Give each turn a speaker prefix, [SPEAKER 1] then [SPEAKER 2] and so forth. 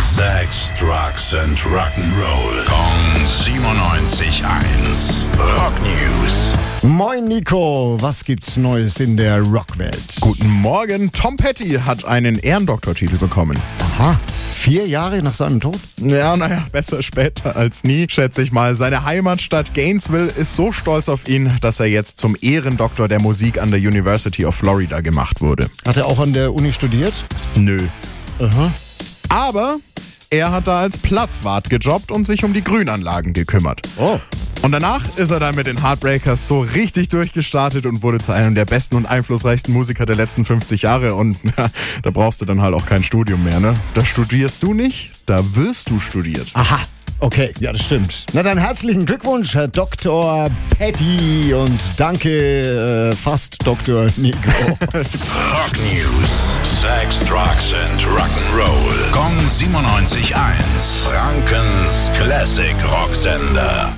[SPEAKER 1] Sex, Drugs and Rock'n'Roll. Kong 97.1. Rock News.
[SPEAKER 2] Moin Nico, was gibt's Neues in der Rockwelt?
[SPEAKER 3] Guten Morgen, Tom Petty hat einen Ehrendoktortitel bekommen.
[SPEAKER 2] Aha, vier Jahre nach seinem Tod?
[SPEAKER 3] Ja, naja, besser später als nie, schätze ich mal. Seine Heimatstadt Gainesville ist so stolz auf ihn, dass er jetzt zum Ehrendoktor der Musik an der University of Florida gemacht wurde.
[SPEAKER 2] Hat er auch an der Uni studiert?
[SPEAKER 3] Nö.
[SPEAKER 2] Aha.
[SPEAKER 3] Aber er hat da als Platzwart gejobbt und sich um die Grünanlagen gekümmert.
[SPEAKER 2] Oh.
[SPEAKER 3] Und danach ist er dann mit den Heartbreakers so richtig durchgestartet und wurde zu einem der besten und einflussreichsten Musiker der letzten 50 Jahre. Und ja, da brauchst du dann halt auch kein Studium mehr, ne? Da studierst du nicht, da wirst du studiert.
[SPEAKER 2] Aha. Okay, ja, das stimmt. Na dann herzlichen Glückwunsch, Herr Dr. Petty und danke, äh, fast Dr. Nico.
[SPEAKER 1] Rock News. Sex, Drugs and Rock'n'Roll. Kong 97.1. Frankens Classic Rocksender.